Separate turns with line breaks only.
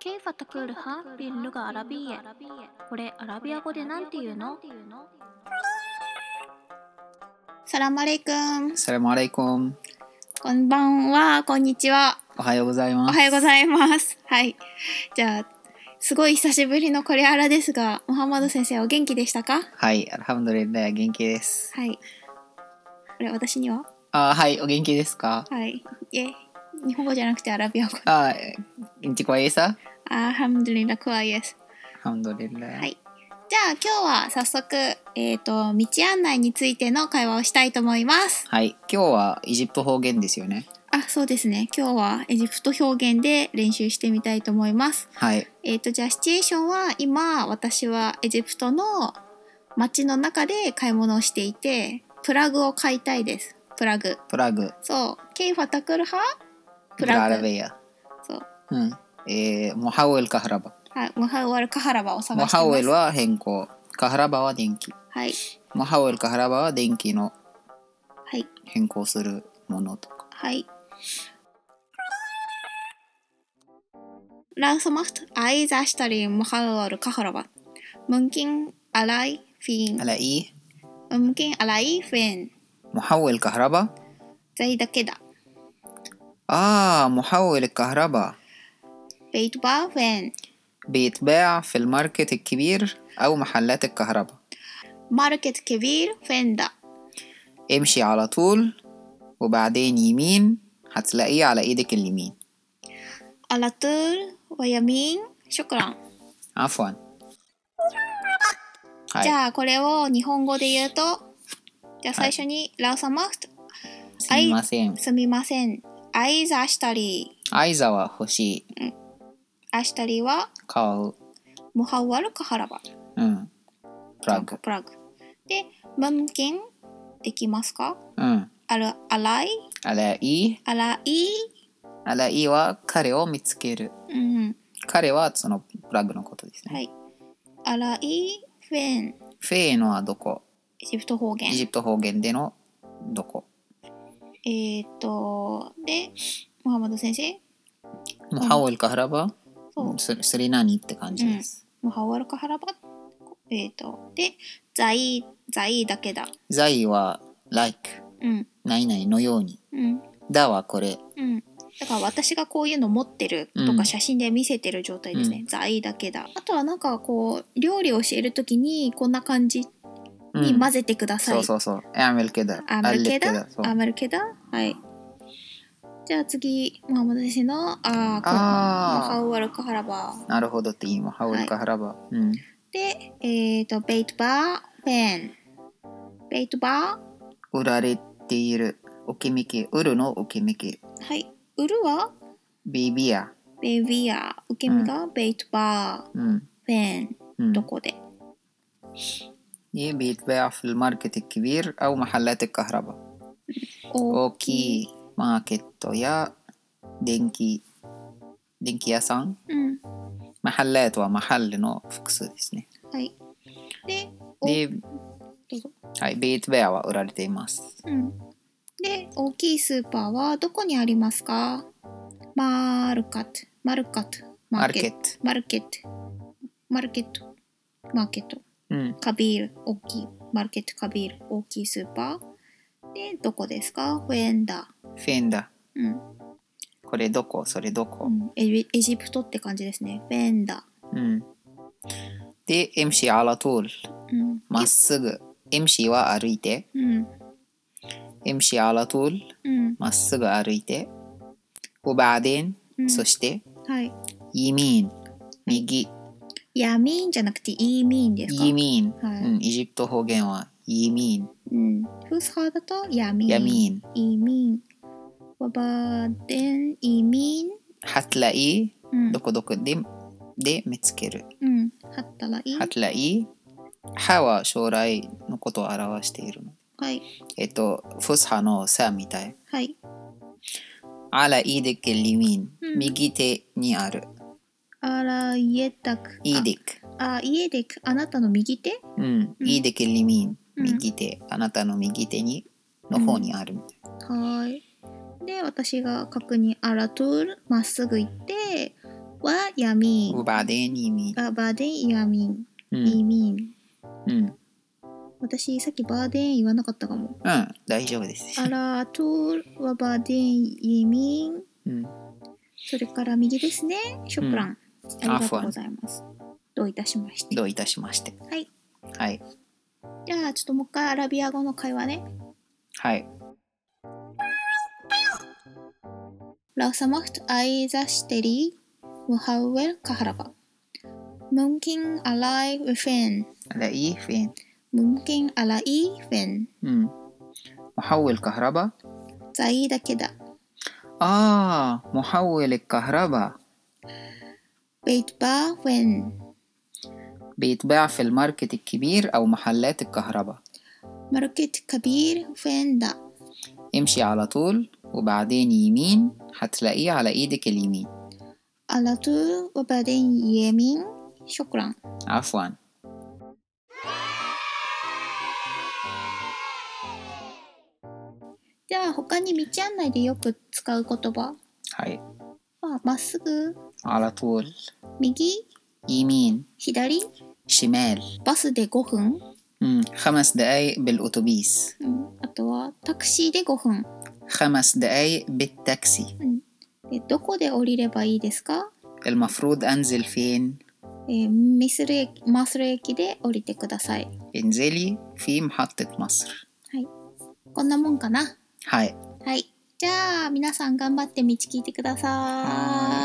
كيف تقولها باللغة العربية؟ これアラビア語でなんて言うの
サラマレイくん、
サラムアレイコン。
こんばんは、こんにちは。
おはようございま
お
す。
はようございます。はい。じゃあ、すごい久しぶりのコレアラですが、モハマド先生お元気でしたか
はい、アルハムドレッダー元気です。
はい。あれ、私には
あーはい、お元気ですか
はい。いえ、日本語じゃなくてアラビア語。
あー、インチコエイサ
アハムドゥリラクワイエス。
アルハムドレッダー。
はいじゃあ今日は早速、えっ、と、道案内についての会話をしたいと思います。
はい、今日はエジプト方言ですよね。
あ、そうですね。今日はエジプト表現で練習してみたいと思います。
はい、
えっ、と、じゃあシチュエーションは今、私はエジプトの街の中で買い物をしていて、プラグを買いたいです。プラグ。
プラグ、
そう。ケイファタクルハプ
ア
ラ
ラ
グ。
ビア。
そう。
うん。えー、モハウエルカハラバ。
はい。モハウアルカハラバを探して
モ
ます。
ハウエルは変更。カハラバは電気。
はい。
モハウエルカハラバは電気の
はい。
変更するものとか。
はい。لو سمحت عايز أشتري محرر كهرباء ممكن ألاقي فين؟
あら、いい
ممكن ألاقي فين؟
モハウエルカハラバ
زي ده كده
あー、モハウエルカハラバ。
بيتباع فين؟
بيتباع في الماركت الكبير أو محلات الكهرباء
ماركت كبير فين ده؟
امشي على طول وبعدين يمين هتلاقيه على إيدك اليمين
على طول ويمين شكرا
عفوا は
じ
い、
ゃあこれを日本語で言うとじゃあ最初に、ラウサマフト
すみません。
すみませんアイザシタリ
アイザは欲しい。
アシタリは
買う。
ムハワルカハラバ
うん。プラグ。
プラグ。で、ムンキンできますか
うん。
あら、あらい、
あらいい。
あらい、
あらいいは彼を見つける。
うん、
彼はそのプラグのことですね。
はい。あらい、フェン、
フェーノはどこ
エジプト方
エ
言。
ジプト方言でのどこ
えっ、ー、と、で、モハマド先生、
もうハウエルカハラバ
そう、
ススリナニって感じです。
ムハワルカハラバ。えっ、ー、と、で、ザイ、ザイだけだ。
ザイは like。
うん、
何々のように。
うん、
だはこれ。
うん。だから私がこういうの持ってると
う
か
ん
写真で見せてる状態ですね。
う
ザイだけだ。あとはなんかこう、料理を教えるときにこんな感じに混ぜてください。
そうそうそう。اعمل كده。
アマルケダ
قلب كده そう
アマルケダはい。じゃあ次、モハマド先生の、あー、
あー
ハウアルカハラバー。
なるほどって今、ハウルカハラバ。うん。
で、えっ、ー、と、ベイトバー、フェン。ベイトバ
売られている。おきみき。売るのおきみき。
ー、はい。売るは
ビビア。
ベイビア。受け身が、ベイトバー、
うん。
フェン。
うん
どこで
دي بيتباع في الماركت الكبير أو محلات الكهرباء
大
大きいマーケットや電気電気屋さん
い。うん。
マハラートはマハルの複数ですね
はい。で、お
で、
どうぞ。
はい、ビートベアは売られています
うん。で、大きいスーパーはどこにありますかマールカット。マルカット。
マーケッ
ト。
ト
マルケット。マルケット。マーケット。
うん
カビール。大きい。マルケットカビール。大きいスーパー。で、どこですかフェンダー。
フェンダ
うん、
これどこそれどこ、
うんエジ。エジプトって感じですね。フェンダ
うんで、MC アラトール。
ー。うん。
まっすぐ。MC は歩いて。
うん。
MC アラトール。
うん。
まっすぐ歩いて。おばあでん
う。ん
そして、
はい。
イミン。右。
ヤミーンじゃなくてイーミーンですか
イミン。
はい
うん、エジプト方言はイミン。
うん。フースハーだとヤミーン。
ヤミン。
イミン。ババデンイミン。
ハトライ。
うん
ど。こどこで、で見つける。
うん。はったらいい。
ハトライ。ハは将来のことを表しているの。
はい。
えっと、フスハのサみたい。
はい。
アライデクリミン
う。ん
右手にある。
あら、家たく。
イデク。
あ。あ、家でく。あなたの右手
うん、
うん
いいでけりみん、
うん
右手、あなたの右手に、の方にあるみたい
はーい。で、私が確認、あらとる、まっすぐ行って、 ويمين
وبعدين يمين
وبعدين يمين
うん、
يمين
うん、
私さっきバーデン言わなかったかも
うん、大丈夫です。
アラトゥールはバーデンイミン
うん、
それから右ですねショクラン、ありがとうございますどういたしまして
どういたしまして。
はい。
はい。
じゃあちょっともう一回アラビア語の会話ね
はい。
لو سمحت عايز أشتري محول كهرباء ممكن ألاقي فين
ألاقيه فين؟
ممكن ألاقي فين
مم. محول كهرباء
زي ده كده
آه محول الكهرباء
بيتباع فين
بيتباع في الماركت الكبير أو محلات الكهرباء
ماركت كبير فين ده
امشي على طول وبعدين يمين هتلاقيه على إيدك اليمين
على طول وبعدين يمين شكرا
عفوا
じゃあ他に道案内でよく使う言葉
هاي
はまっすぐ
على طول
右
يمين
左
شمال
バスで5分、
مم. خمس دقايق بالأتوبيس
うん、あとはタクシーで5分
خمس دقايق بالتاكسي
でどこで降りればいいですか
المفروض أنزل فين؟
えーミスル駅マースル駅で降りてください。
انزلي في محطة مصر
こんなもんかな。
هاي
はい。じゃあ、皆さん頑張って道聞いてください。
は